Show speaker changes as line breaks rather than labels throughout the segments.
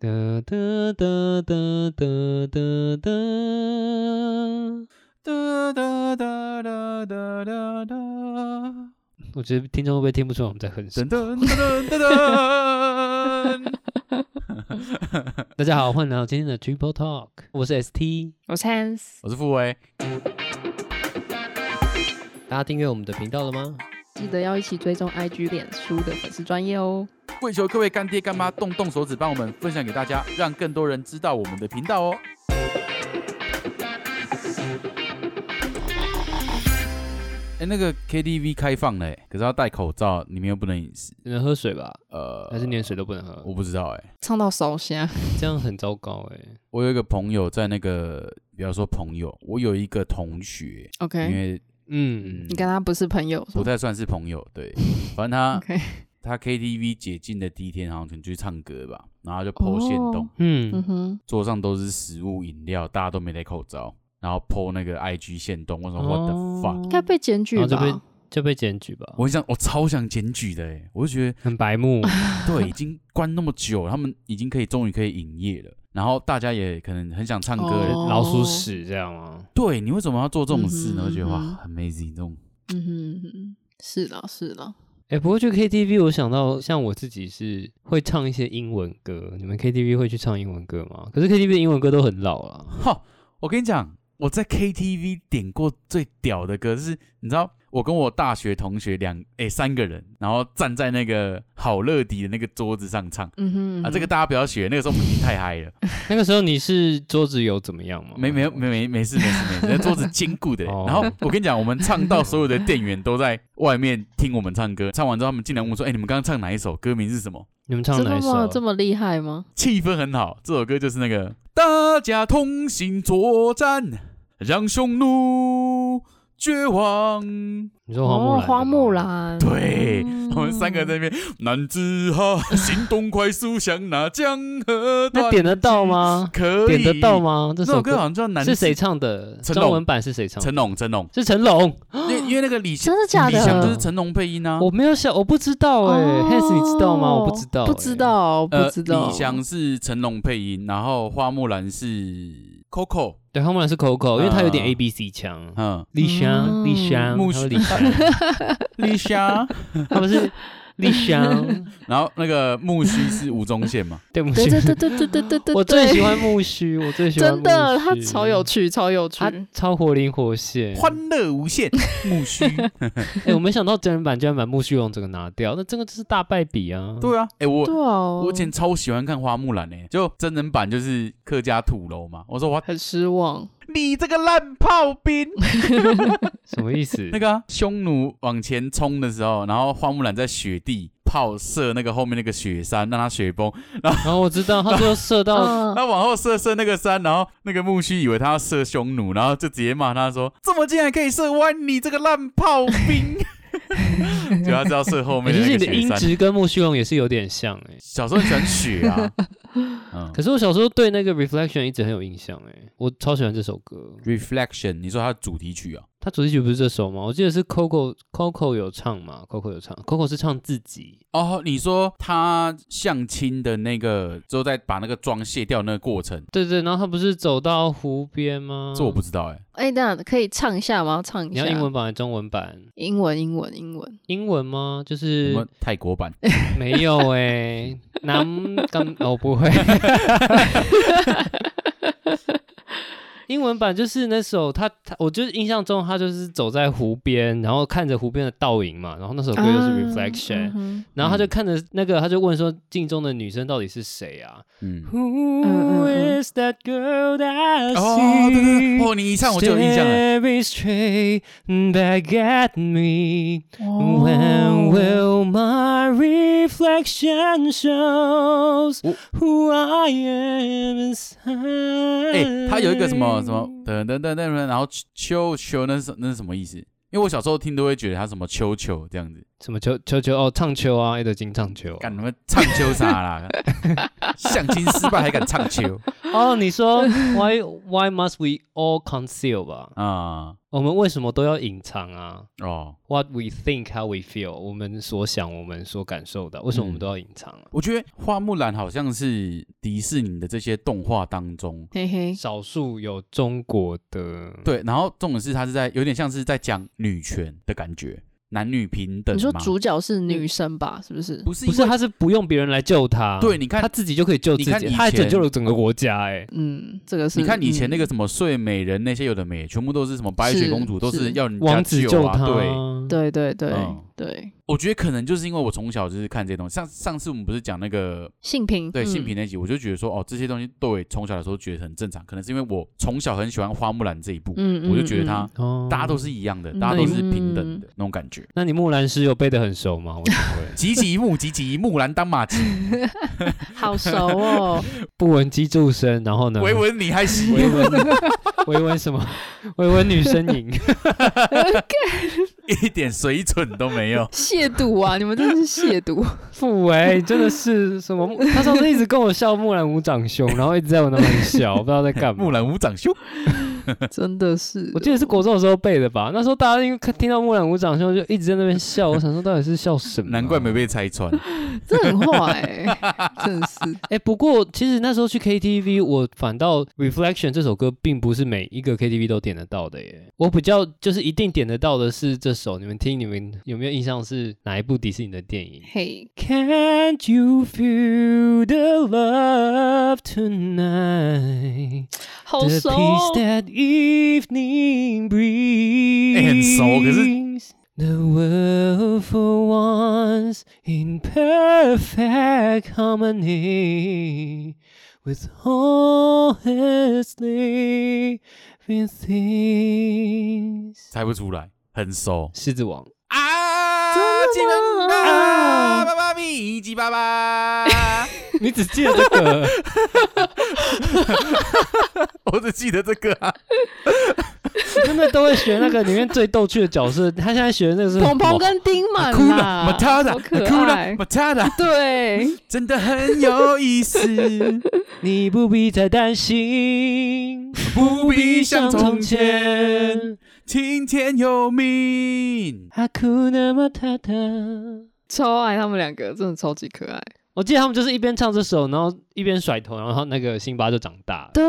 哒哒哒哒哒哒哒。
哒哒哒哒哒哒哒，
我觉得听众会不会听不出来我们在哼什
噔
么？
噔噔噔噔噔。
大家好，欢迎来到今天的 Triple Talk，我是 ST。
我是 Hans，
我是傅威，
大家订阅我们的频道了吗？
记得要一起追踪 IG、脸书的粉丝专业哦。
跪求各位干爹干妈动动手指，帮我们分享给大家，让更多人知道我们的频道哦。哎，那个 KTV 开放了，可是要戴口罩，你们又不能饮食，
你能喝水吧？
呃，
还是连水都不能喝
我？不知道哎。
唱到烧香，
这样很糟糕哎、欸。
我有一个朋友在那个，比方说朋友，我有一个同学，因
OK，
为
嗯
嗯，
你跟他不是朋友，是
不啊
吧
太算是朋友， 对，反正他
OK，
他 KTV 解禁的第一天，好像可能去唱歌吧，然后他就 po 线动
哦，嗯
嗯，
哼，
桌上都是食物饮料，大家都没戴口罩，然后 po 那个 IG 线动，我
Oh,
哦
想说 what the fuck，、
应该被检举
然后就被
吧？
哦就被检举吧？
我很想我超想检举的欸，我就 觉得
很白目，
对，已经关那么久，他们已经可以终于可以营业了，然后大家也可能很想唱歌了，
哦
老鼠屎这样啊吗？
对你为什么要做这种事呢？
嗯哼
我觉得哇
嗯
amazing 这种，
嗯哼嗯哼，是的，是的，
哎、不过去 KTV，我想到像我自己是会唱一些英文歌，你们 KTV 会去唱英文歌吗？可是 KTV 的英文歌都很老了，啊
哈，我跟你讲，我在 KTV 点过最屌的歌是，你知道。我跟我大学同学两哎、三个人，然后站在那个好乐迪的那个桌子上唱
嗯哼
啊，这个大家不要学，那个时候我们已经太嗨了。
那个时候你是桌子有怎么样吗？
没没没没没事没事没事，那桌子坚固的。
哦
然后我跟你讲，我们唱到所有的店员都在外面听我们唱歌，唱完之后他们进来问我说：“哎、你们刚刚唱哪一首？歌名是什么
你们唱
真
哪
的
一
吗？
首？
这么厉害吗？”？
气氛很好，这首歌就是那个大家同心作战，让匈奴绝望。
你说花木兰的
哦，
吗？
花木兰，
对，
嗯
我们三个在那边，男子汉行动快速，想拿江河
那
断。
点得到吗？
可啊以
点得到？吗？这
这首
首
歌好像叫男
是谁唱的？
成
中
龙
文版是谁唱的？
成龙，成龙，
是成龙。
因为因为那个李翔，
真的假
李翔就是
的？
成龙配音啊。
我没有想，我不知道哎、
哦
h a s 你知道吗？我不知道、欸
不知。道，欸不知道。
呃李翔是成龙配音，然后花木兰是 Coco，
对，花木兰是 Coco，因为他有点
嗯
A B C 腔。
嗯，
李翔，
嗯
李翔，
木
他说李 翔，
李翔，
他不是李 翔，
然后那个木须是吴宗宪嘛，
对不
对
起，
对对对对对对对，
我最喜欢木须，我最喜欢
真的，
木
他
须
超有，趣，超有趣
他。超活灵活现。
欢乐无 限，木须，
哎，我没想到真人版居然把木须龙整个拿掉，那这个就是大败笔啊。
对啊，哎我。
对哦，
我以前超喜欢看花木兰呢、就真人版就是客家土楼嘛。我说哇，
很失望。
你这个烂炮 兵！
什么意思？
那个啊、匈奴往前冲的时候，然后花木兰在雪地炮射那个后面那个雪山，让它雪崩，
然后我知道，他说射 到
嗯
他往后射射那个山，然后那个木须以为他要射匈奴，然后就直接骂他说：“这么竟然可以射歪你这个烂炮 兵！”就他知道射后面
欸
的
其实
那
你的
个哦雪
音
山。
质跟木须龙也是有点像哎、
小时候很喜欢雪啊，嗯
可是我小时候对那个 Reflection 一直很有印象哎、我超喜欢这首歌。
，Reflection，你说它的主题曲啊？
它主题曲不是这首吗？我记得是 Coco Coco 有唱嘛，Coco 有唱，Coco 是唱自己。
哦，你说他相亲的那个之后再把那个妆卸掉那个过程，
对对，然后他不是走到湖边吗？
这我不知道哎、
哎，那可以唱一下吗？唱一
你
下。
要英文版还是中文版？
英文，英文，英文。
英文吗？就
什
是
么泰国版？
没有哎、南港哦不会。英文版就是那首他他，我就是印象中他就是走在湖边，然后看着湖边的倒影嘛，然后那首歌又是 Reflection，、
啊嗯哼
然后他就
嗯
看着那个，他就问说镜中的女生到底是谁啊？
嗯，
Who
嗯
is that girl that I
哦，对对对，
see?
哦，你一唱我就有印象了。
Staring straight back at me.
Oh.
Oh
When will my reflection shows
我
who I am inside？
哎、他有一个什么什么等等等等，然后秋秋那是那是什么意思？因为我小时候听都会觉得他什么秋秋这样子，
什么球球球哦，唱秋啊，爱德金唱秋啊、
干什么唱秋啥啦？相亲失败还敢唱秋？
哦，你说 why why must we all conceal 吧？
啊、
我们为什么都要隐藏啊
哦，
？What we think, how we feel，我们所想，我们所感受的，为什么我们都要隐藏啊？
我觉得花木兰好像是迪士尼的这些动画当中，
嘿嘿，
少数有中国的，
对，然后重点是它是在有点像是在讲女权的感觉，男女平等
你
吗。
说主角是女生吧？是不是？
不是
不
因
是
为
他是不用别人来救他，啊
对，，你看
他自己就可以救自
你看
己，啊
以前
他还拯救了整个国家、哎，
嗯，这个是。
你看以前那个
嗯
什么睡美人那些有的没，全部都是什么白雪公主，
是
都是要人家
王子
救
救
啊。
他，
对，，
对对对
嗯
对，
我觉得可能就是因为我从小就是看这些东西，像上次我们不是讲那个
性平
对
嗯
性平那集，我就觉得说哦，这些东西对我从小的时候觉得很正常，可能是因为我从小很喜欢花木兰这一部，
嗯
我就觉得她
哦
大家都是一样的，
嗯
大家都是平等的那种感觉。
那你木兰诗有背得很熟吗？我觉 得
急急木，急急木兰 当马骑，
嗯好熟 哦，。
不闻机杼声，然后呢？
维文你还喜
维文，维文什么？ 维文女声吟。
一点水准都没有
亵渎啊！你们真是亵渎。
傅维真的是什么？他上次一直跟我笑木兰无长兄，然后一直在我那边 笑，我不知道在干嘛
木。兰无长兄，
真的是，
我记得是国中的时候背的吧，那时候大家因为看听到木兰无长兄就一直在那边笑，我想说到底是笑什么？啊
难怪没。被拆穿。
这很坏、 欸，真的是。
哎、不过其实那时候去 KTV，我反倒《Reflection》这首歌并不是每一个 KTV 都点得到的耶。我比较就是一定点得到的是这首，你们听，你们有没有印象是哪一部迪士尼的电影？
嘿、
Can't you feel the love tonight?
好
the
熟、
peace
哦，
that evening brings.
欸，很熟，可是-
The world for once in perfect harmony with all its living things.
猜不出来，很熟
狮子王，
啊！
真的吗
啊，爸爸咪，鸡爸爸，
你只记得 这个。
我只记得这个 啊。
真的都会学那个里面最逗趣的角色。他现在学的那个是
鹏鹏跟丁满
哭了，
啦，
马塔达，
好可
哭了，
爱
马。塔 达，
对，
真的很有意思，
你不必再担心，
不必像
像
从
从
前
前。
听天由命。
哈库那么塔塔。
超爱他们两个，真的超级可爱。
我记得他们就是一边唱这首，然后一边甩头，然后那个辛巴就长大了。
对、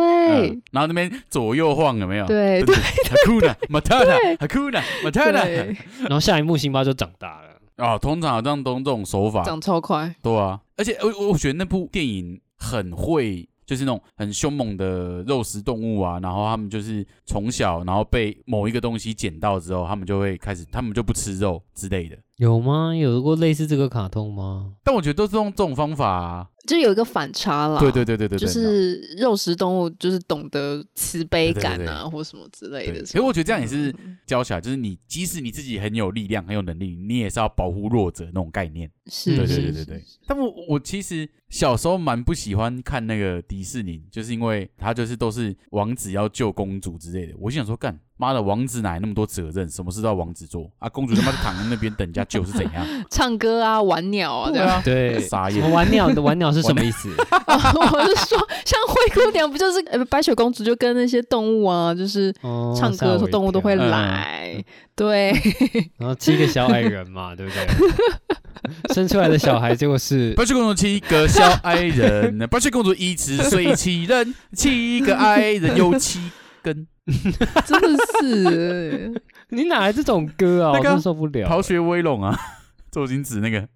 嗯然后那边左右晃有没有？
哎对
对，Hakuna Matata
对
Hakuna
对
Matata。，
然后下一幕辛巴就长大了。
哦，通常好像都用这种手法，
长超快，
对啊。而且我我我觉得那部电影很会，就是那种很凶猛的肉食动物啊，然后他们就是从小然后被某一个东西捡到之后，他们就会开始，他们就不吃肉之类的。
有吗？有过类似这个卡通吗？
但我觉得都是用这种方法、啊，
就有一个反差啦。
对对对对对对，
就是肉食动物，就是懂得慈悲感
对对
啊，或什么之类
对。
的。
可是我觉得这样也是
嗯
教起来，就是你即使你自己很有力量、很有能力，你也是要保护弱者那种概念。
嗯
是，
对对
是
对对
是
对。但我我其实小时候蛮不喜欢看那个迪士尼，就是因为他就是都是王子要救公主之类的。我心想说，干妈的王子哪来那么多责任？什么事都要王子做啊？公主他妈就躺在那边等人家救是怎样？
唱歌啊，玩鸟啊，这样。
啊，
对，哎
傻
什么
眼。
玩鸟 的玩鸟是什么意思？
我是说，像灰姑娘 不就是呃白雪公主就跟那些动物啊，就是
哦
唱歌的时候动物都会
吓我一跳
来，
嗯
对，
然后七个小矮人嘛，对不 对？生出来的小孩结果 是
白雪公主七个小矮人，白雪公主一尺睡七人，七个矮人有七 根。
真的是
你哪来这种歌啊？
那
我
个
真受不了。
逃学威龙啊， 周星驰那个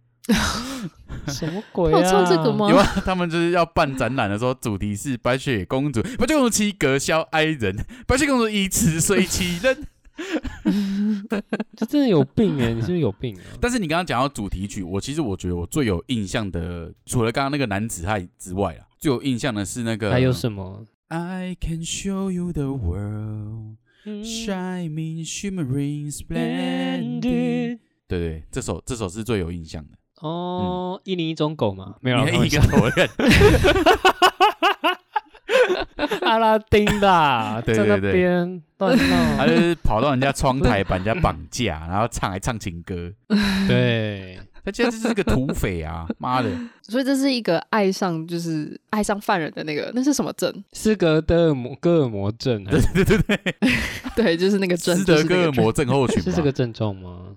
什么鬼
他
啊？
有唱这个吗
有啊，他们就是要办展览的时候，主题是白雪公主， 白雪公主七格消哀人，白雪公主以此随其人。
这真的有病哎！你是不是有病啊？
但是你刚刚讲到主题曲，我其实我觉得我最有印象的，除了刚刚那个男子汉之外啦，最有印象的是那个
还有什么？
I can show you the world,
嗯
shining, shimmering,
嗯
splendid。对对，这首这首是最有印象的。
哦，一零一种狗嘛，没有啦
嗯
啊
你
开玩
一
笑
个头 认，
阿拉丁 的，
对
在
对
那
对
边乱
他
闹。
就是跑到人家窗台把人家绑架，然后唱还唱情歌。
对，
他现在就是个土匪 啊！妈的，
所以这是一个爱上就是爱上犯人的那个，那是什么症？
斯格德尔摩戈尔摩症还是，
对对对对，
对，就是那个症，
斯
就
德
是那
哥
个
尔摩
症。
症候群
是
吧
这个症状 吗？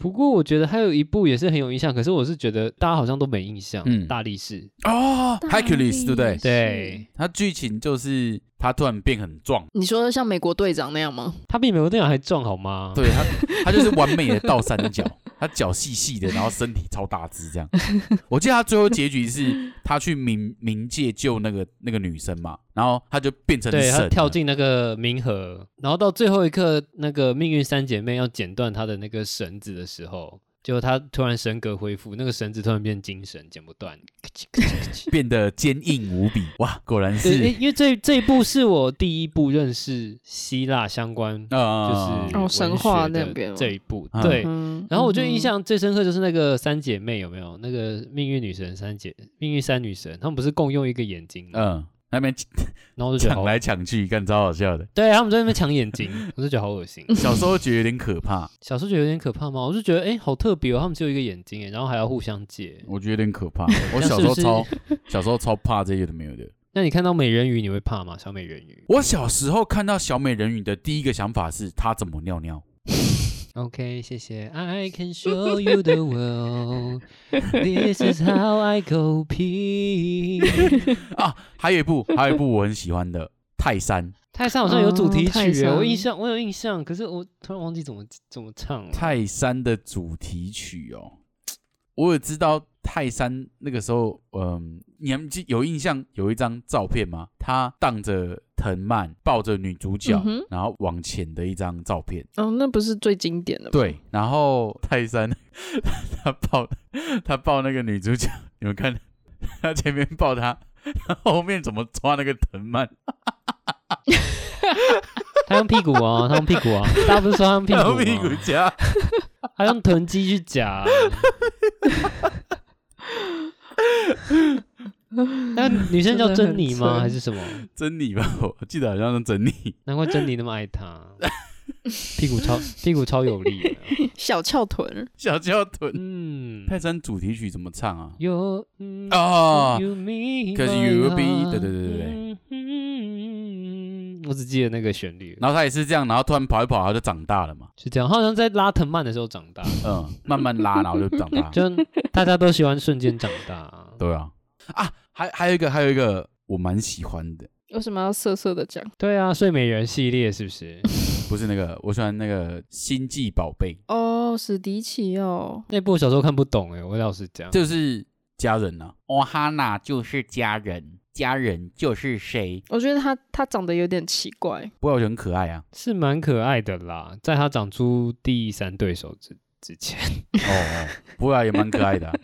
不过我觉得还有一部也是很有印象，可是我是觉得大家好像都没印象。
嗯
大力士，
哦，Hercules 对不对？
对
他剧情就是他突然变很壮，
你说像美国队长那样吗？
他比美国队长还壮好吗？
对他，他就是完美的倒三 角，他脚细细的，然后身体超大只这样。我记得他最后结局是他去冥冥界救那个那个女生嘛，然后他就变成
对，他
神了
跳进那个冥河，然后到最后一刻，那个命运三姐妹要剪断他的那个绳子的时候，结果他突然神格恢复，那个绳子突然变精神，剪不断。
变得坚硬无比，哇，果然
对，
是
因因为这这一部是我第一部认识希腊相关，就是
呃，
哦神话那边
边
吗
这一部
嗯
对。
嗯，
然后我就
嗯
印象最深刻就是那个三姐妹有没有？那个命运女神三姐，命运三女神，她们不是共用一个眼睛吗？
嗯，那边
然后我就觉得
抢
好，
来抢去，干超好笑的。
对，啊她们在那边抢眼睛，我就觉得好恶 心。
小时候觉得有点可怕，
小时候觉得有点可怕吗？我就觉得哎、诶好特别哦，他们只有一个眼睛哎，然后还要互相借。
我觉得有点 可怕。我小时候超小时候超怕这些的没有的。
那你看到美人鱼你会怕吗？小美人鱼
我小时候看到小美人鱼的第一个想法是她怎么尿尿，
？OK，谢谢。I can show you the world. This is how I go pee.
啊还有一部，还有一部我很喜欢的《泰山》。
泰山好像有主题
哦泰
曲耶、
山
我印象我有印象，可是我突然忘记怎么怎么唱了。
《泰山》的主题曲哦，我也知道《泰山》那个时候，嗯，你们记有印象有一张照片吗？他荡着藤蔓，抱着女主角，
嗯哼
然后往前的一张照片。
哦，那不是最经典的吗？
对，然后泰山 他抱他抱那个女主角， 你们看他前面抱她，他后面怎么抓那个藤蔓？
他用屁股啊，他用屁 股啊，大家不是说他用屁
他
股
用
吗？
屁股夹，
他用臀肌去 夹、那个女生叫珍妮
真的很
吗？
蠢
还是什么？
珍妮吧，我记得好像是珍妮。
难怪珍妮那么爱他，屁股超屁股超有力的。
小翘臀，
小翘臀。
嗯，
泰山主题曲怎么唱啊？
有嗯
啊，
，You make
Cause
my
you will be-
heart
对对对对对
嗯嗯嗯我只记得那个旋律，
然后他也是这样，然后突然跑一跑，他就长大了嘛，
是这样。好像在拉藤蔓的时候长 大，
嗯，慢慢拉，然后就长 大。
就大家都喜欢瞬间长大。
对啊，啊，还还有一个，还有一个我蛮喜欢的，
为什么要色色的讲？
对啊，睡美人系列是不 是？
不是那个，我喜欢那个《星际宝贝》，
哦，史迪奇哦，
那部小时候看不懂哎，我老实讲，
就是家人呐、啊，哦哈娜就是家人，家人就是谁？
我觉得他他长得有点奇怪，
不过我觉得很可爱 啊。
是蛮可爱的啦。在他长出第三对手之之 前，
哦哦，不过、啊、也蛮可爱 的、啊。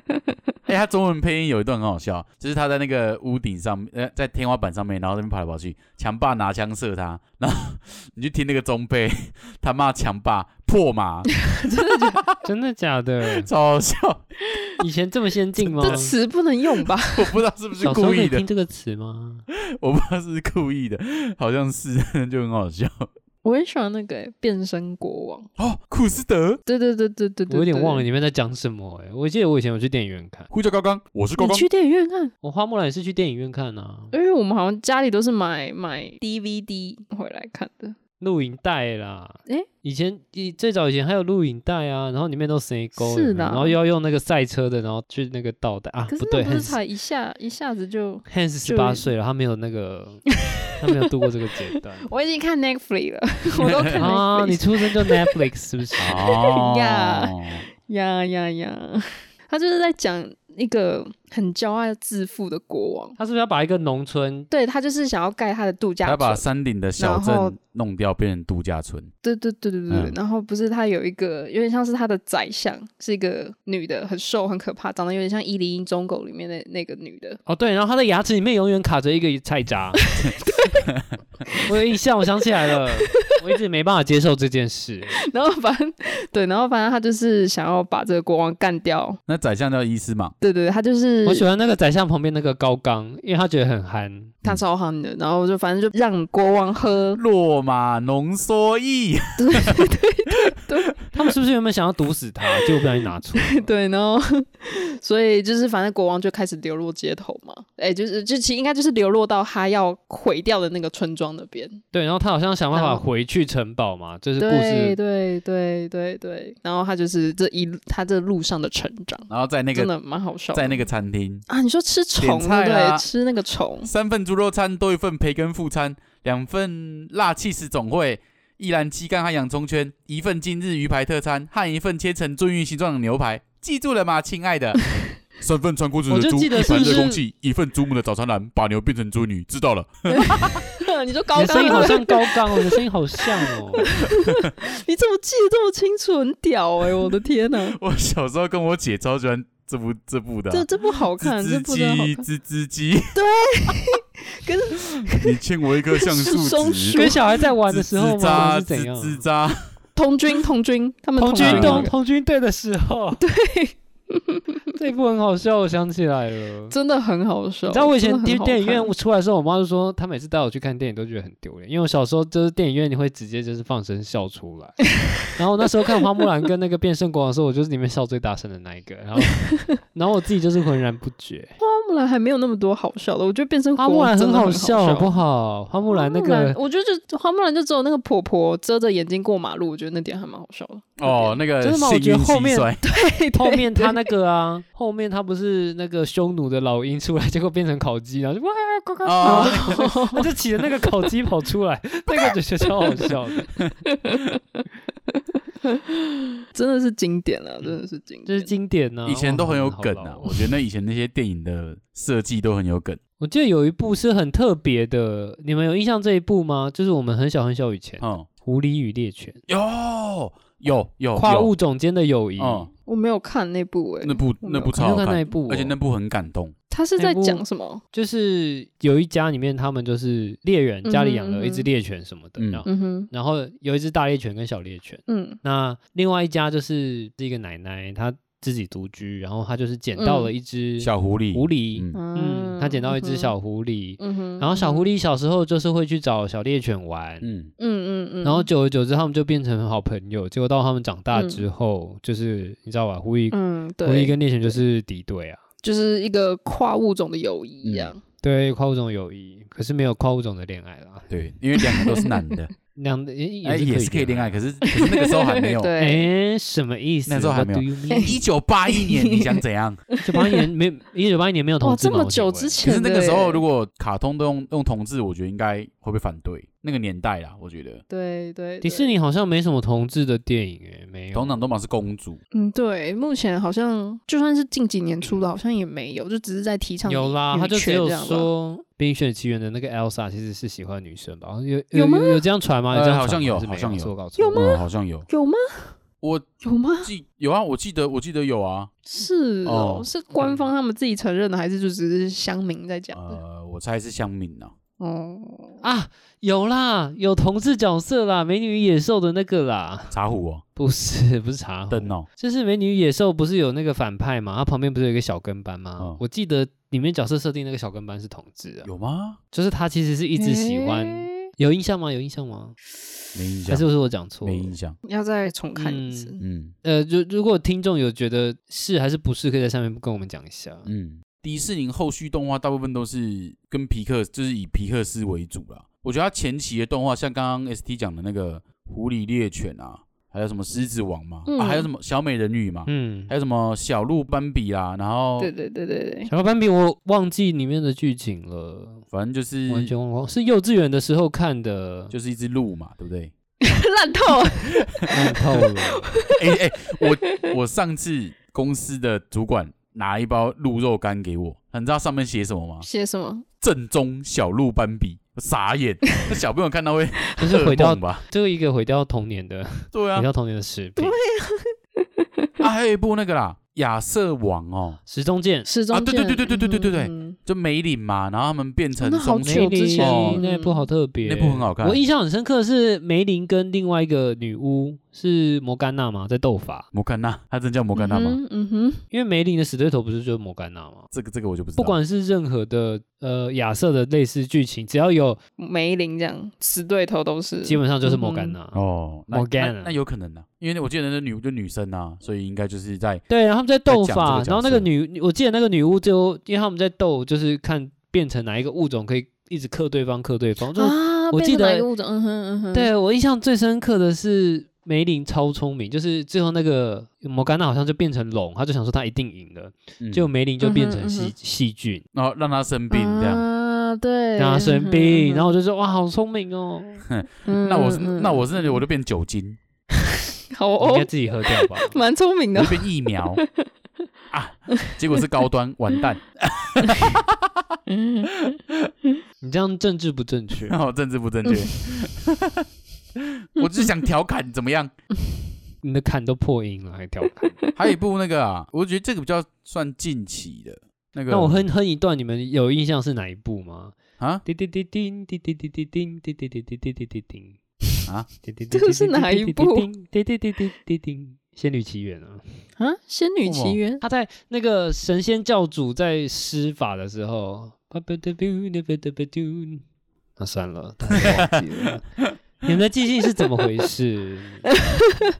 哎、他中文配音有一段很好笑，就是他在那个屋顶上，呃，在天花板上面，然后在那边跑来跑去，强爸拿枪射他，然后你去听那个中配， 他骂强爸破 马，
真的假的？
超好笑，
以前这么先进吗？
这词不能用吧？
我不知道是不是
小时候
故
可以
意的
听，这个词吗？
我不知道是不是故意的，好像是，就很好笑。
我很喜欢那个诶变身国王，
哦，库斯德，
对对对对对对
我有点忘了
你。
里面在讲什么哎、我记得我以前有去电影院看，
呼叫高刚，我是高
你
刚。
去电影院看，
我花木兰也是去电影院看啊，
因为我们好像家里都是买买 DVD 回来看的。
录影带啦。
诶
以前以最早以前还有录影带啊，然后里面都谁勾
是的
然后又要用那个赛车的，然后去那个倒带啊，
可是
不
那
对
不是
，Hans
才一下一下子就，
Hans 十八岁了，他没有那个，他没有度过这个阶段。
我已经看 Netflix 了， 我都 看
啊，你
Netflix，
出生 就 Netflix 是不是？
哦
呀呀呀呀！他就是在讲一个很骄傲自负的国王，
他是不是要把一个农村？
对他就是想要盖他的度假
他把
村，
山顶的小
然后
镇弄掉，变成度假村。
对对对对对对。
嗯
然后不是他有一个有点像是他的宰相，是一个女的，很瘦很可怕，长得有点像《伊犁鹰忠狗》里面的那个女的，
哦，对，然后他的牙齿里面永远卡着一个菜渣。我有印象，我想起来了，我一直没办法接受这件事。
然后反正对，然后反正他就是想要把这个国王干掉，
那宰相叫伊斯嘛，
对对，对他就是
我喜欢那个宰相旁边那个高刚，因为他觉得很憨。
他超憨的，然后就反正就让国王喝，
落马浓缩液，
对对对对，
他们是不是原本想要毒死他，结果不小心拿错？
对，然后 所以就是反正国王就开始流落街头嘛，哎、就是就其实应该就是流落到他要毁掉的那个村庄那边。
对，然后他好像想办
然
法
后
回去城堡嘛，这是故
对
事。
对对对对，然后他就是这一路他这路上的成长，
然后在那
真
个
的蛮好笑的。
在那个餐厅，
啊，你说吃虫
点
对不
菜啊
对？吃那个虫，
三份猪肉餐多一份培根副餐，两份辣气死总会，一篮鸡肝和洋葱圈，一份今日鱼排特餐和一份切成鳟鱼形状的牛排，记住了吗，亲 爱的？三份穿裤子
我就记得是不是
器，一份祖母的早餐篮，把牛变成猪女，知道了。
你
你
说高
的声
刚
音
吗
好像高刚哦，你的声音好像哦。
你怎么记得这么清楚？很屌哎、我的天 呐、
我小时候跟我姐超喜欢这部这部的啊、
这这不好看，
吱
这
吱
不真的好
鸡，
看。
吱吱鸡，
跟
你欠我一棵橡树
松
枝
树。
跟小孩在玩的时候
吱吱
吗？
喳，
是怎样？
吱吱喳。
童军，童军，他们
童
军
军
军
东
东
童军队的时候，对，这一部很好笑，我想起来了。
真的很好笑。
你知道我以前
真的很
电
好
电影
看
院出来的时候，我妈就说，她每次带我去看电影都觉得很丢脸，因为我小时候就是电影院你会直接就是放声笑出 来。然后那时候看花木兰跟那个变身国王的时候，我就是里面笑最大声的那一个，然 后然后我自己就是浑然不觉。
花木兰还没有那么多好笑的，我觉得变成
花木兰
很
好
笑，
好不好？花木兰那
花木兰
个
我觉得就花木兰就只有那个婆婆遮着眼睛过马路，我觉得那点还蛮好 笑的。
哦，那个
真的吗我
幸
觉得
运
后面
蟋蟀，
对
后面她那个啊，后面她不是那个匈奴的老鹰出来，结果变成烤鸡，然后就哇呱呱
哦
呱，他就骑着那个烤鸡跑出 来，那个就觉得超好笑的。
真的是经典了，真的是经典。
这是经典啊 呢、
以前都很有梗
哇好。
啊
老
我觉得那以前那些电影的设计都很有梗，
我记得有一部是很特别的，你们有印象这一部吗？就是我们很小很小以前，
嗯，
狐狸与猎犬》
有有有
跨
哦有
物种间的友谊。
嗯，
我没有看那部诶、
那部
我没
那
有
部
你
超
有
好
看那一
看，
部哦、
而且那部很感动。
他是在
那部
讲什么？
就是有一家里面，他们就是猎人，
嗯哼
家里养了一
嗯
只
哼
猎犬什么的，
嗯
然后
嗯哼，
然后有一只大猎犬跟小猎犬。
嗯
那另外一家就是是一个奶奶，她自己独居，然后她就是捡到了
嗯
一只
小狐狸，
狐狸，
嗯
嗯，他捡到一只小，狐狸，
啊嗯哼，
然后小狐
狸，
狸小时候就是会去找小猎犬玩，
嗯，
嗯嗯嗯，
然后久而久之他们就变成好朋友。结果到他们长大之后，就是你知道吧，狐狸、
嗯，
狐狸
对，
跟猎犬就是敌对啊，
就是一个跨物种的友谊啊一
嗯
样。
对跨物种友谊，可是没有跨物种的恋爱啦。
对，因为两个都是男的，
两 也
哎，也是可以恋爱，可是可是那个时候还 没有。
对，
哎，什么意思？
那时候还
What
没有
do you mean？
一九八一年，你想怎样？
一九八一年没一九八一年没有同
哇，
志
这
嘛
么久之，
我
可
前
是
的
那
欸，
个时候，如果卡通都用用同志，我觉得应该会被反对。那个年代啦，我觉得
对
请
对
问迪士
尼，
尼好像没什么同志的电影哎，没有。
通常都嘛是公主，
嗯，对，目前好像就算是近几年出的，好像也没有，就只是在提倡
有啦，
女
他就只
权
有
这样吧
说《冰雪奇缘》的那个 Elsa 其实是喜欢女生吧？有
有吗
有有这样传吗？
呃
有这样传吗
好像有
还是没
好像有
是我搞错了
有吗
嗯，好像有。
有吗？
我
有吗？
记有啊，我记得我记得有啊。
是哦，
哦
是官方他们自己承认的，还是就只是乡民在讲的？
呃，我猜是香敏啊。
哦，
啊，有啦，有同志角色啦，《美女与野兽》的那个啦，
茶壶哦，
不是不是茶壶，
灯哦，
就是《美女与野兽》不是有那个反派嘛？啊他旁边不是有一个小跟班吗？
嗯
我记得里面角色设定那个小跟班是同志啊，
有吗？
就是他其实是一直喜欢，
诶
有印象吗？有印象吗？
没印
还
象
是，是我讲错了
没？印象。
要再重看一次。
嗯
呃，如如果听众有觉得是还是不是，可以在下面跟我们讲一下。
嗯，迪士尼后续动画大部分都是跟皮克，就是以皮克斯为主啦。我觉得他前期的动画，像刚刚 ST 讲的那个狐狸猎犬啊，还有什么狮子王嘛，
嗯
啊，还有什么小美人鱼嘛，
嗯
还有什么小鹿斑比啦，然后
对对对对 对，
小斑比，我忘记里面的剧情了，
反正就是
完全忘光，是幼稚园的时候看的，
就是一只鹿嘛，对不 对？
烂透了。
烂透了。
哎哎、我我上次公司的主管拿一包鹿肉干给我，你知道上面写什么吗？
写什么？
正宗小鹿斑比，我傻 眼。那小朋友看到会
就是毁
噩
掉
梦吧？
这个一个毁掉童年的，
对啊
毁，掉童年的食品。
啊，还有一部那个啦，亚瑟王哦，
时钟剑
时钟
啊对对对对对对对对对
嗯
就梅林嘛，然后他们变成
哦那好
松
久
梅
鼠，
之
林
前
那部好特别，
哦那部很好看
我印象很深刻的是梅林跟另外一个女巫是摩甘娜吗？在斗法，
摩甘娜，他真叫摩甘娜吗？
嗯哼嗯哼，
因为梅林的死对头不是就是摩甘娜吗？
这个这个我就不知道。
不管是任何的呃亚瑟的类似剧情，只要有，
梅林这样死对头都是，嗯
基本上就是摩甘娜。
哦，那那
Morgana
那有可能呢、因为我记得那女就女生啊，所以应该就是在
对，然后他们在斗法，
在讲这个角色
然后那个女，我记得那个女巫就因为他们在斗，就是看变成哪一个物种可以一直克对方，克对 方。就、
啊，
我
变
记
成哪
得
一个物种，嗯哼嗯哼，
对我印象最深刻的是梅林超聪明，就是最后那个摩甘娜好像就变成龙，他就想说他一定赢了，结果
就
梅林就变成
嗯哼
细
嗯哼
细菌，
然后让她生病这样。
啊，对，
让他生
嗯
病，
哼
然后我就说哇，好聪明哦，
嗯哼
那我是
嗯
那我是那我就变酒 精，
好
你应该
哦，
自己喝掉吧。
蛮聪明
我
的
就，变疫 苗啊，结果是高端，完蛋，
嗯
你这样政治不正确。
然后政治不正 确。我只是想调侃怎么样？
你的坎都破音了，还调侃。
还有一部那个啊，我觉得这个比较算近期的那个。
那我哼哼一段，你们有印象是哪一部吗？
啊，
滴滴滴叮滴滴滴滴叮滴滴滴滴滴滴滴叮
啊！
滴滴
这个是哪一部？
滴滴滴滴滴叮，《仙女奇缘》啊！
啊，《仙女奇缘》
他在那个神仙教主在施法的时候，那算了，大家忘记了。你们的记性是怎么回 事？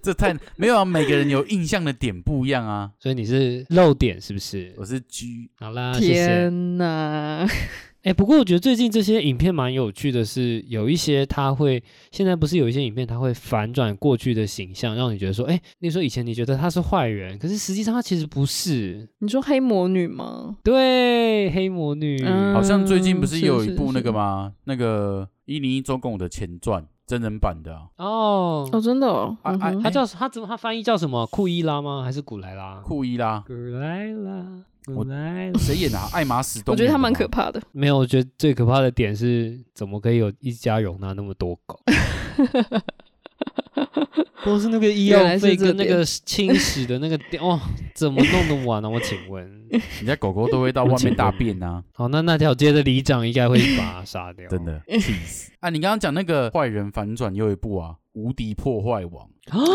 这太没有啊，每个人有印象的点不一样啊。
所以你是漏点是不是
我？是 G
好啦，谢谢。
天哪，
哎、不过我觉得最近这些影片蛮有趣的是，有一些它会现在不是有一些影片，它会反转过去的形象，让你觉得说，哎、那时候以前你觉得他是坏人，可是实际上他其实不是。
你说黑魔女吗？
对，黑魔女，
嗯
好像最近不
嗯
是
是
有一
是
部那
是
个吗？那个《一零一周公》的前传真人版的啊、
哦，
哦，真的哦，
啊
嗯
啊
哼
他叫他怎么？他翻译叫什么？库伊拉吗？还是古莱拉？
库伊拉，
古莱拉，古
我
莱拉。
谁演的、啊？艾玛史东。
我觉得他蛮可。怕的，
没有，我觉得最可怕的点是，怎么可以有一家容纳那么多狗？都是那个医
原
药
来
费
是这
跟那
点
个清洗的那个点，哦，怎么弄得完呢、啊我请问，
人家狗狗都会到外面大便啊，
好，那那条街的里长应该会把它杀掉，
真的气死啊！你刚刚讲那个坏人反转又一部啊，《无敌破坏王》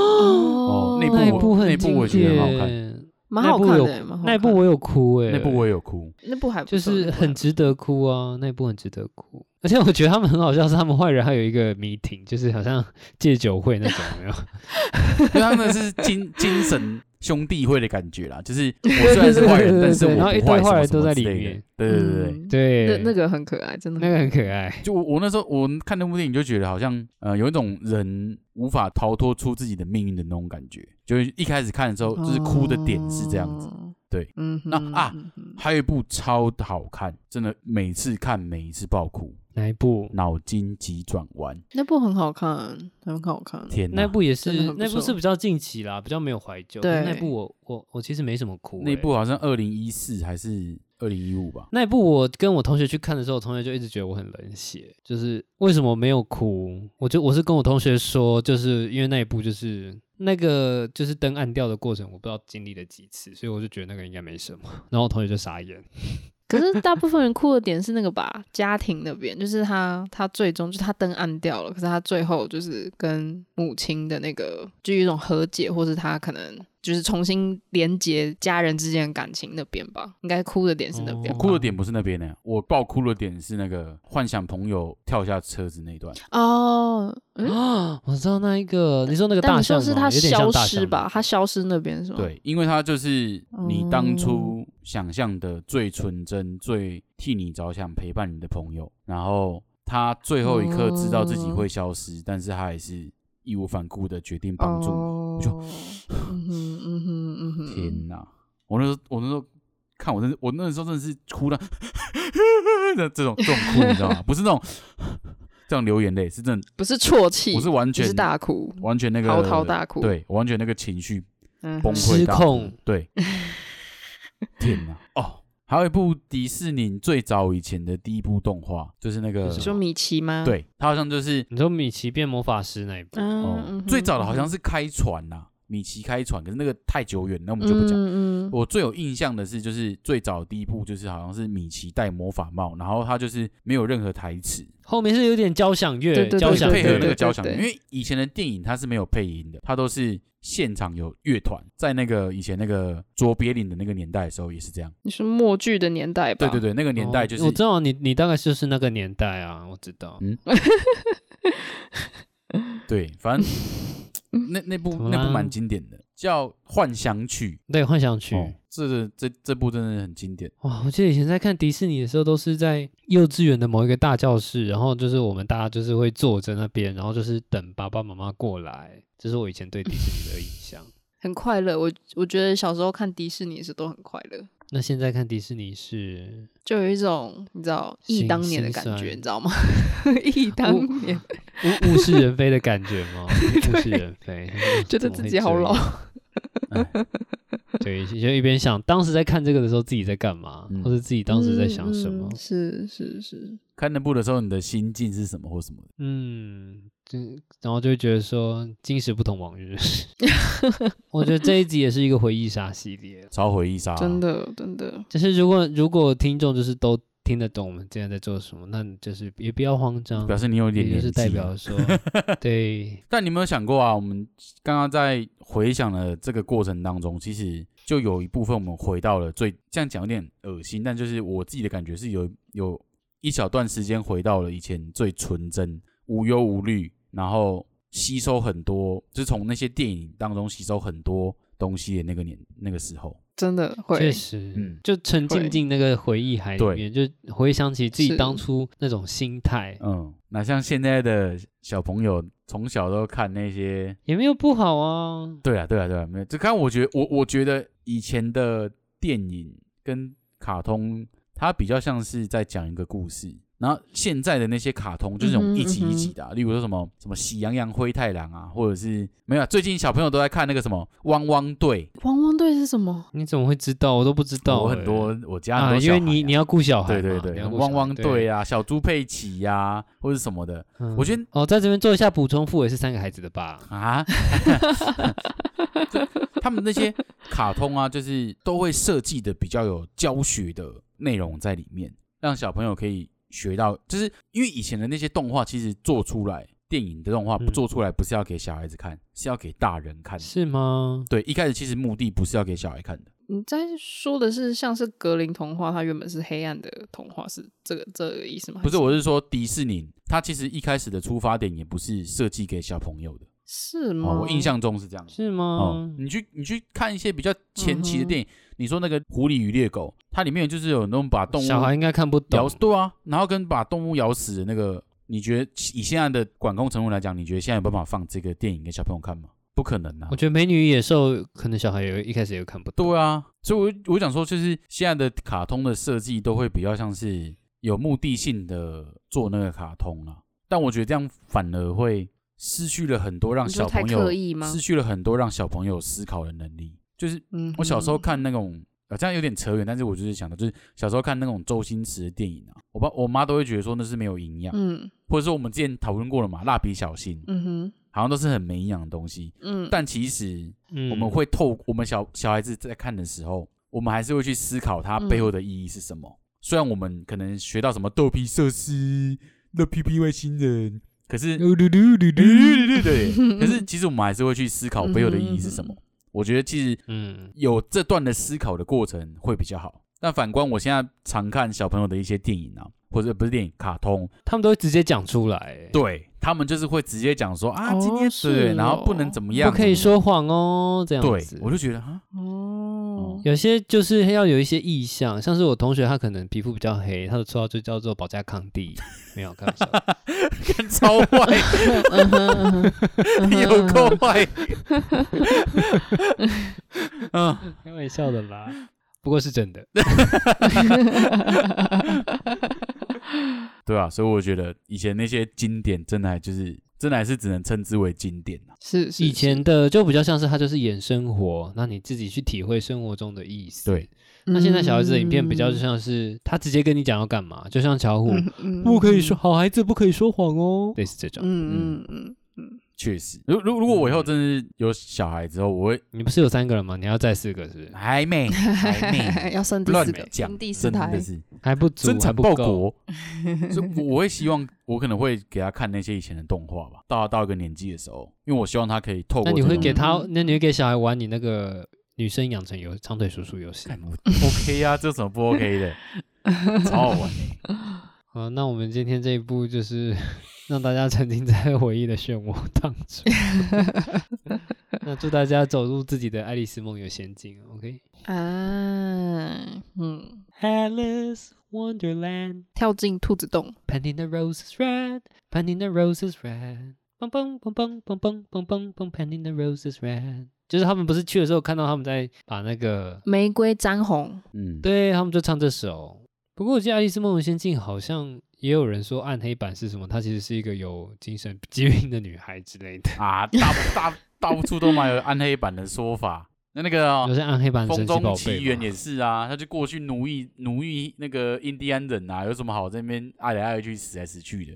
哦
那
那一
部我
部很
那部我
经
觉得蛮好看
典，
蛮好看的，蛮好看
那一部我有哭哎、
那部我也有哭，
那部还不
就
错
是
那部还
很
不错
值得哭啊，那一部很值得哭。而且我觉得他们很好笑，是他们坏人还有一个 meeting，就是好像 戒酒会那种，有没 有？
因为他们是精精神兄弟会的感觉啦，就是我虽然是坏人，
对对对对
但是我
然后一
不
堆
坏，什
坏
么
人
什么
都在
之
里
类的
面。
对对对对，
嗯
对，
那那个很可爱，真的
那
很
个很可爱。
就我我那时候我看那部电影就觉得好像呃有一种人无法逃脱出自己的命运的那种感觉，就是一开始看的时候
可爱
就是哭的点是这样子。，
哦
对，
嗯哼，
那啊
嗯哼
还有一部超好看，真的每次看每一次爆哭，
哪一部？
嗯
脑筋急转弯，
那部很好看，很好看，
天哪！
那部也
真的
是
很，不
那部
错
是比较近期啦，比较没有怀旧。
对
可是那部我我我其实没什么哭、
那
欸
部好像二零一四还是二零一五吧？
那部我跟我同学去看的时候，我同学就一直觉得我很冷血，就是为什么没有哭？我就我是跟我同学说，就是因为那一部就是那个就是灯暗掉的过程，我不知道经历了几次，所以我就觉得那个应该没什么。然后我同学就傻眼，
可是大部分人哭的点是那个吧，家庭那边，就是他他最终就是他灯暗掉了，可是他最后就是跟母亲的那个就有一种和解，或是他可能就是重新连接家人之间的感情那边吧，应该哭的点是那边
我
哦
哭的点不是那边呢、我爆哭的点是那个幻想朋友跳下车子那一段，
哦。嗯
我知道那一个，你说那个
但
大
你说
象
是
吗
他
有点像
消
大
失
象
吧？他消失那边是吗？，
对，因为他就是你当
哦
初想象的最纯真、最替你着想、陪伴你的朋友，然后他最后一刻知道自己会消失，但是他还是义无反顾的决定帮助你。
哦、
就
嗯哼嗯哼嗯哼，
天哪！我那时候，我那时候看，我真是，我那时候真的是哭到 的这种这种 哭，你知道吗？不是那种这样流眼泪，是真的，
不是啜泣，
我是完
不
全
是大哭，
完全那个
嚎啕大哭
对，完全那个情绪
嗯
崩
哼
溃
失
大哭
控，
对， 天哪！哦，还有一部迪士尼最早以前的第一部动画，就是那个
是，
说米奇吗？，
对，它好像就是
你说米奇变魔法师那一部，
嗯，
哦
嗯哼
最早的好
嗯哼
像是开船呐、米奇开船，可是那个太久远，那我们就不讲。
嗯嗯
我最有印象的是，就是最早第一部就是好像是米奇戴魔法帽，然后他就是没有任何台词，
后面是有点交响乐，
对对对
交响
配合
乐
那个
对
交响乐，
对
因为以前的电影它是没有配音的，它都是现场有乐团，在那个以前那个卓别林的那个年代的时候也是这样。
你说默剧的年代吧？
对对对，那个年代就是嗯
哦我知道你，你大概就是那个年代啊，我知道。
对，反 正那那
怎
部
么
那部
啦
蛮经典的，叫《幻想曲
对，幻想》曲。
哦，这这这部真的很经典。
哇，我记得以前在看迪士尼的时候，都是在幼稚园的某一个大教室，然后就是我们大家就是会坐在那边，然后就是等爸爸妈妈过来。这是我以前对迪士尼的印 象。
很快乐。我我觉得小时候看迪士尼是都很快乐，
那现在看迪士尼是，
就有一种你知道忆
心
当年的感
心酸
觉，你知道吗？ 忆当年，
物物是人非的感觉 吗？物是人非，
觉得
怎么会
自己好
这
老
样。哎对，就一边想当时在看这个的时候自己在干嘛，
嗯
或者自己 当时在想什么
嗯。嗯是是是，
看那部的时候，你的心境是什么或什么的？
嗯，就然后就会觉得说今时不同往 日。我觉得这一集也是一个回忆杀系列，
超回忆杀、
真。的真的，
就是如果如果听众就是都听得懂我们现在在做什么，那就是也不要慌张，
哦表示你有一点
也
年
就
纪
是
了，
代表说， 对，
但你有没有想过啊？我们刚刚在回想的这个过程当中，其实就有一部分我们回到了最这样讲有点恶心，但就是我自己的感觉是有有一小段时间回到了以前最纯真、无忧无虑，然后吸收很多，就是从那些电影当中吸收很多东西的那个年那个时候。
真的会
确实，
嗯
就沉
会
浸进那个回忆海里
对
面，就回想起自己
是
当初那种心态，
嗯，哪像现在的小朋友从小都看那些
也没有不好啊。
对啊，对啊，对啊，没有。就刚我觉得，我我觉得以前的电影跟卡通，它比较像是在讲一个故事。然后现在的那些卡通就是那
嗯
种
哼
一集一集的、啊，例如说什么什么喜羊羊、灰太狼啊，或者是没有啊、最近小朋友都在看那个什么汪汪队，
汪汪队是什么？
你怎么会知道？我都不知道欸、
我很多我家很
啊，
多
因
小孩啊、
为你你要顾小孩
对
嘛，
对
你
对，
要顾
汪
小孩
汪队，啊，小猪佩奇呀、或者什么的，
嗯
我觉得
哦，在这边做一下补充，傅也是三个孩子的爸，
啊，就他们那些卡通啊，就是都会设计的比较有教学的内容在里面，让小朋友可以学到。就是因为以前的那些动画，其实做出来电影的动画
嗯
做出来不是要给小孩子看，是要给大人看的。
是吗？
对，一开始其实目的不是要给小孩看的，
你在说的是像是格林童话，它原本是黑暗的童话，是这个这个意思吗？
不是，
还
我是说迪士尼，它其实一开始的出发点也不是设计给小朋友的。
是
嗯
吗？
哦，我印象中是这样子。
是
哦
吗，？
你去你去看一些比较前期
嗯
的
哼
电影，你说那个《狐狸与猎狗》，它里面就是有那种把动物
小孩应该看不
咬
懂
死，，对啊，然后跟把动物咬死的那个，你觉得以现在的管控程度来讲，你觉得现在有办法放这个电影给小朋友看吗？不可能啊
我！觉得《美女与野兽》可能小孩也会一开始也看不懂，
对啊，所以我我想说，就是现在的卡通的设计都会比较像是有目的性的做那个卡通啊，但我觉得这样反而会失去了很多让
你说
小
太
朋
刻
友
意吗
失？去了很多让小朋友思考的能力，就是
嗯哼，
我小时候看那种，呃，这样有点扯远，但是我就是想到，就是小时候看那种周星驰的电影啊，我爸我妈都会觉得说那是没有营养，
嗯
或者说我们之前讨论过了嘛，蜡笔小新
嗯哼
好像都是很没营养的东西，
嗯，
但其实
嗯
我们会透我们小小孩子在看的时候，我们还是会去思考它背后的意义是什么。虽然我们可能学到什么豆皮寿司、乐 P P 外星人，可是
噜噜噜噜噜，
对对对，可是其实我们还是会去思考背后的意义
嗯
是什么。我觉得其实
嗯，
有这段的思考的过程会比较好。但反观我现在常看小朋友的一些电影啊，或者不是电影，卡通，
他们都会直接讲出来，
对他们就是会直接讲说啊，
哦
今天
是
对，然
哦
后不能怎么样，
不可以
怎么
说谎哦，这
样
样子
对，。我就觉得啊，
嗯
哦，
有些就是要有一些意向，像是我同学，他可能皮肤比较黑，他的绰号就叫做保加康帝，没有开玩笑。
干超 坏，
嗯哼嗯哼嗯哼
有够 坏，嗯，
开玩笑的啦，不过是真的。
对啊，所以我觉得以前那些经典真的还就是真的还是只能称之为经典啊。
是是
以前的就比较像是他就是演生活，那你自己去体会生活中的意思。
对，
那现在小孩子的影片比较就
嗯
像是他直接跟你讲要干嘛，就像巧虎，
嗯嗯
不可以说好孩子不可以说谎哦，类似这种。
嗯嗯嗯嗯，
确实，如如如果我以后真是有小孩之后，我会
你不是有三个人吗？你要再四个是不是？
还没还 没
哎要生第
乱
四个，
讲
生，第四
真
胎
的，是
还不足，
生
还
产
不
报
够。
国。 所以我我会希望，我可能会给他看那些以前的动画吧。到他到一个年纪的时候，因为我希望他可以透
那
过
你
这
会
种
给他
嗯？
那你会给小孩玩你那个女生养成游长腿叔叔游戏
干
吗？
我 OK 啊，这有什么不 OK 的？超好玩的。
好，那我们今天这一部就是 让大家沉浸在回忆的漩涡当中。那祝大家走入自己的爱丽丝梦游仙境，OK？
啊，嗯，
Alice Wonderland,
跳进兔子洞，
painting the roses red, painting the roses red, 嘣嘣嘣嘣嘣嘣嘣嘣嘣，painting the roses red。就是他们不是去的时候看到他们在把那个，
玫瑰沾红，
嗯，
对他们就唱这首。不过我记得《爱丽丝梦游仙境》好像也有人说暗黑版是什么，她其实是一个有精神疾病的女孩之类的，
啊，大大到处都蛮有暗黑版的说法。那那个哦
就是暗黑版
风
神奇
中
宝
奇
贝
缘
嘛。
也是啊，他就过去奴役奴役那个印第安人啊，有什么好在那边爱来爱去死来 死去的？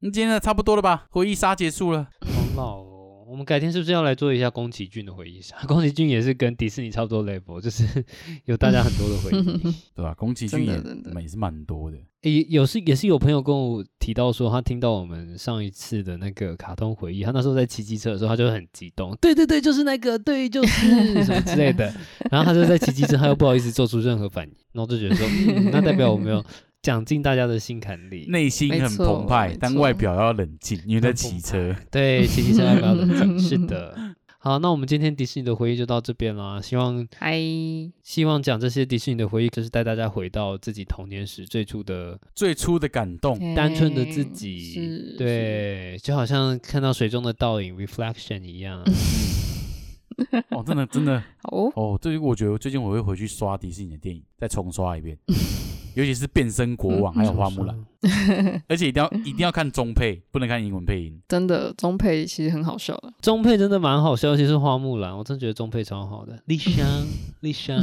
那今天的差不多了吧？回忆杀结束了，
好老哦！我们改天是不是要来做一下宫崎骏的回忆杀？宫崎骏也是跟迪士尼差不多 level，就是 有大家很多的 回忆。
对吧、宫崎
真
骏
的
也
真的
也是蛮多的，
也有是也是有朋友跟我提到说，他听到我们上一次的那个卡通回忆，他那时候在骑机车的时候，他就很激动，对对对，就是那个，对，就是 什么之类的。然后他就在骑机车，他又不好意思做出任何反应，然后就觉得说，嗯、那代表我没有讲进大家的心坎里。
内心
没
很
错
澎湃
没，
但
错
外表要冷静，因为在骑车。
对，骑机车要不要冷静？是的。好，那我们今天迪士尼的回忆就到这边啦。希望
嗨，
希望讲这些迪士尼的回忆，就是带大家回到自己童年时最初的
最初的感 动，
单纯的
嘿
自己，
哎是，
对，就好像看到水中的倒影 （reflection） 一样。啊
哦，真的真的
是，好哦，
哦，最近我觉得最近我会回去刷迪士尼的电影，再重刷一 遍，尤其是《变身国
嗯
王》还有《花木兰》，而且一定要一定要看中配，不能看英文配音。
真的，中配其实很好笑的，
中配真的蛮好笑，尤其是花木兰，我真觉得中配超好的。丽香，丽香，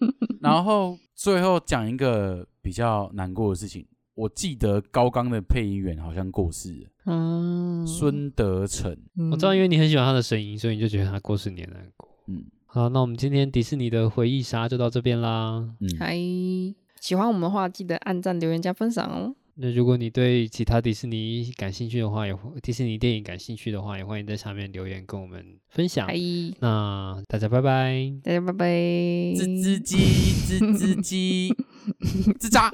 嗯
然后最后讲一个比较难过的事情，我记得高刚的配音员好像过世了，
嗯，
孙德成。
嗯，
我知道，因为你很喜欢他的声音，所以你就觉得他过世年难过。
嗯
好，那我们今天迪士尼的回忆杀就到这边啦。
嗯，
嗨，哎喜欢我们的话，记得按赞、留言、加分享哦。
那如果你对其他迪士尼感兴趣的话，也欢迪士尼电影感兴趣的话，也欢迎在下面留言跟我们分享
嗨，。
那大家拜拜。
大家拜拜，
吱吱鸡，吱吱鸡，吱喳。